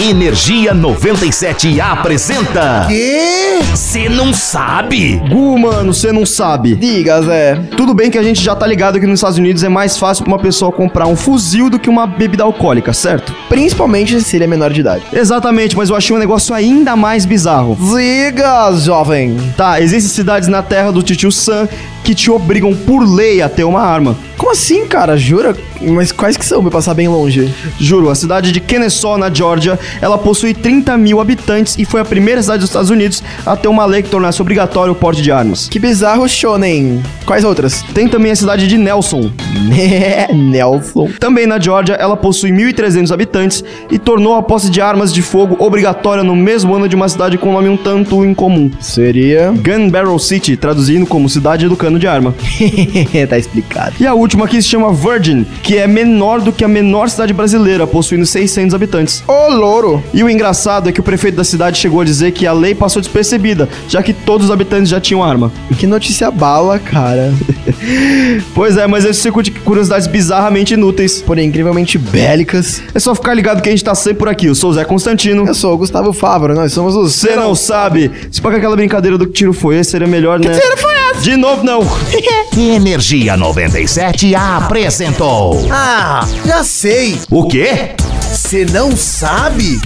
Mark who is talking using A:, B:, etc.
A: Energia 97 apresenta.
B: Quê?
A: Você não sabe?
B: Gu, mano, você não sabe.
C: Diga, Zé.
B: Tudo bem que a gente já tá ligado que nos Estados Unidos é mais fácil pra uma pessoa comprar um fuzil do que uma bebida alcoólica, certo?
C: Principalmente se ele é menor de idade.
B: Exatamente, mas eu achei um negócio ainda mais bizarro.
C: Diga, jovem.
B: Tá, existem cidades na terra do titio Sam que te obrigam por lei a ter uma arma.
C: Como assim, cara? Jura? Mas quais que são pra eu passar bem longe?
B: Juro, a cidade de Kennesaw, na Georgia, ela possui 30 mil habitantes e foi a primeira cidade dos Estados Unidos a ter uma lei que tornasse obrigatório o porte de armas.
C: Que bizarro, Shonen. Quais outras?
B: Tem também a cidade de Nelson.
C: Nelson.
B: Também na Georgia, ela possui 1.300 habitantes e tornou a posse de armas de fogo obrigatória no mesmo ano de uma cidade com nome um tanto incomum.
C: Seria.
B: Gun Barrel City, traduzindo como cidade do cano de arma.
C: tá explicado.
B: E a última aqui se chama Virgin, que é menor do que a menor cidade brasileira, possuindo 600 habitantes.
C: Ô, louro.
B: E o engraçado é que o prefeito da cidade chegou a dizer que a lei passou despercebida, já que todos os habitantes já tinham arma.
C: Que notícia bala, cara.
B: Pois é, mas esse circuito de curiosidades bizarramente inúteis.
C: Porém, incrivelmente bélicas.
B: É só ficar ligado que a gente tá sempre por aqui. Eu sou o Zé Constantino.
C: Eu sou o Gustavo Fávaro, nós somos os...
B: Você não sabe. Se pra que aquela brincadeira do que tiro foi esse, seria melhor, né? Que
C: tiro foi esse?
B: De novo, não.
A: Energia 97 apresentou.
D: Ah, já sei.
A: O quê?
D: Você não sabe?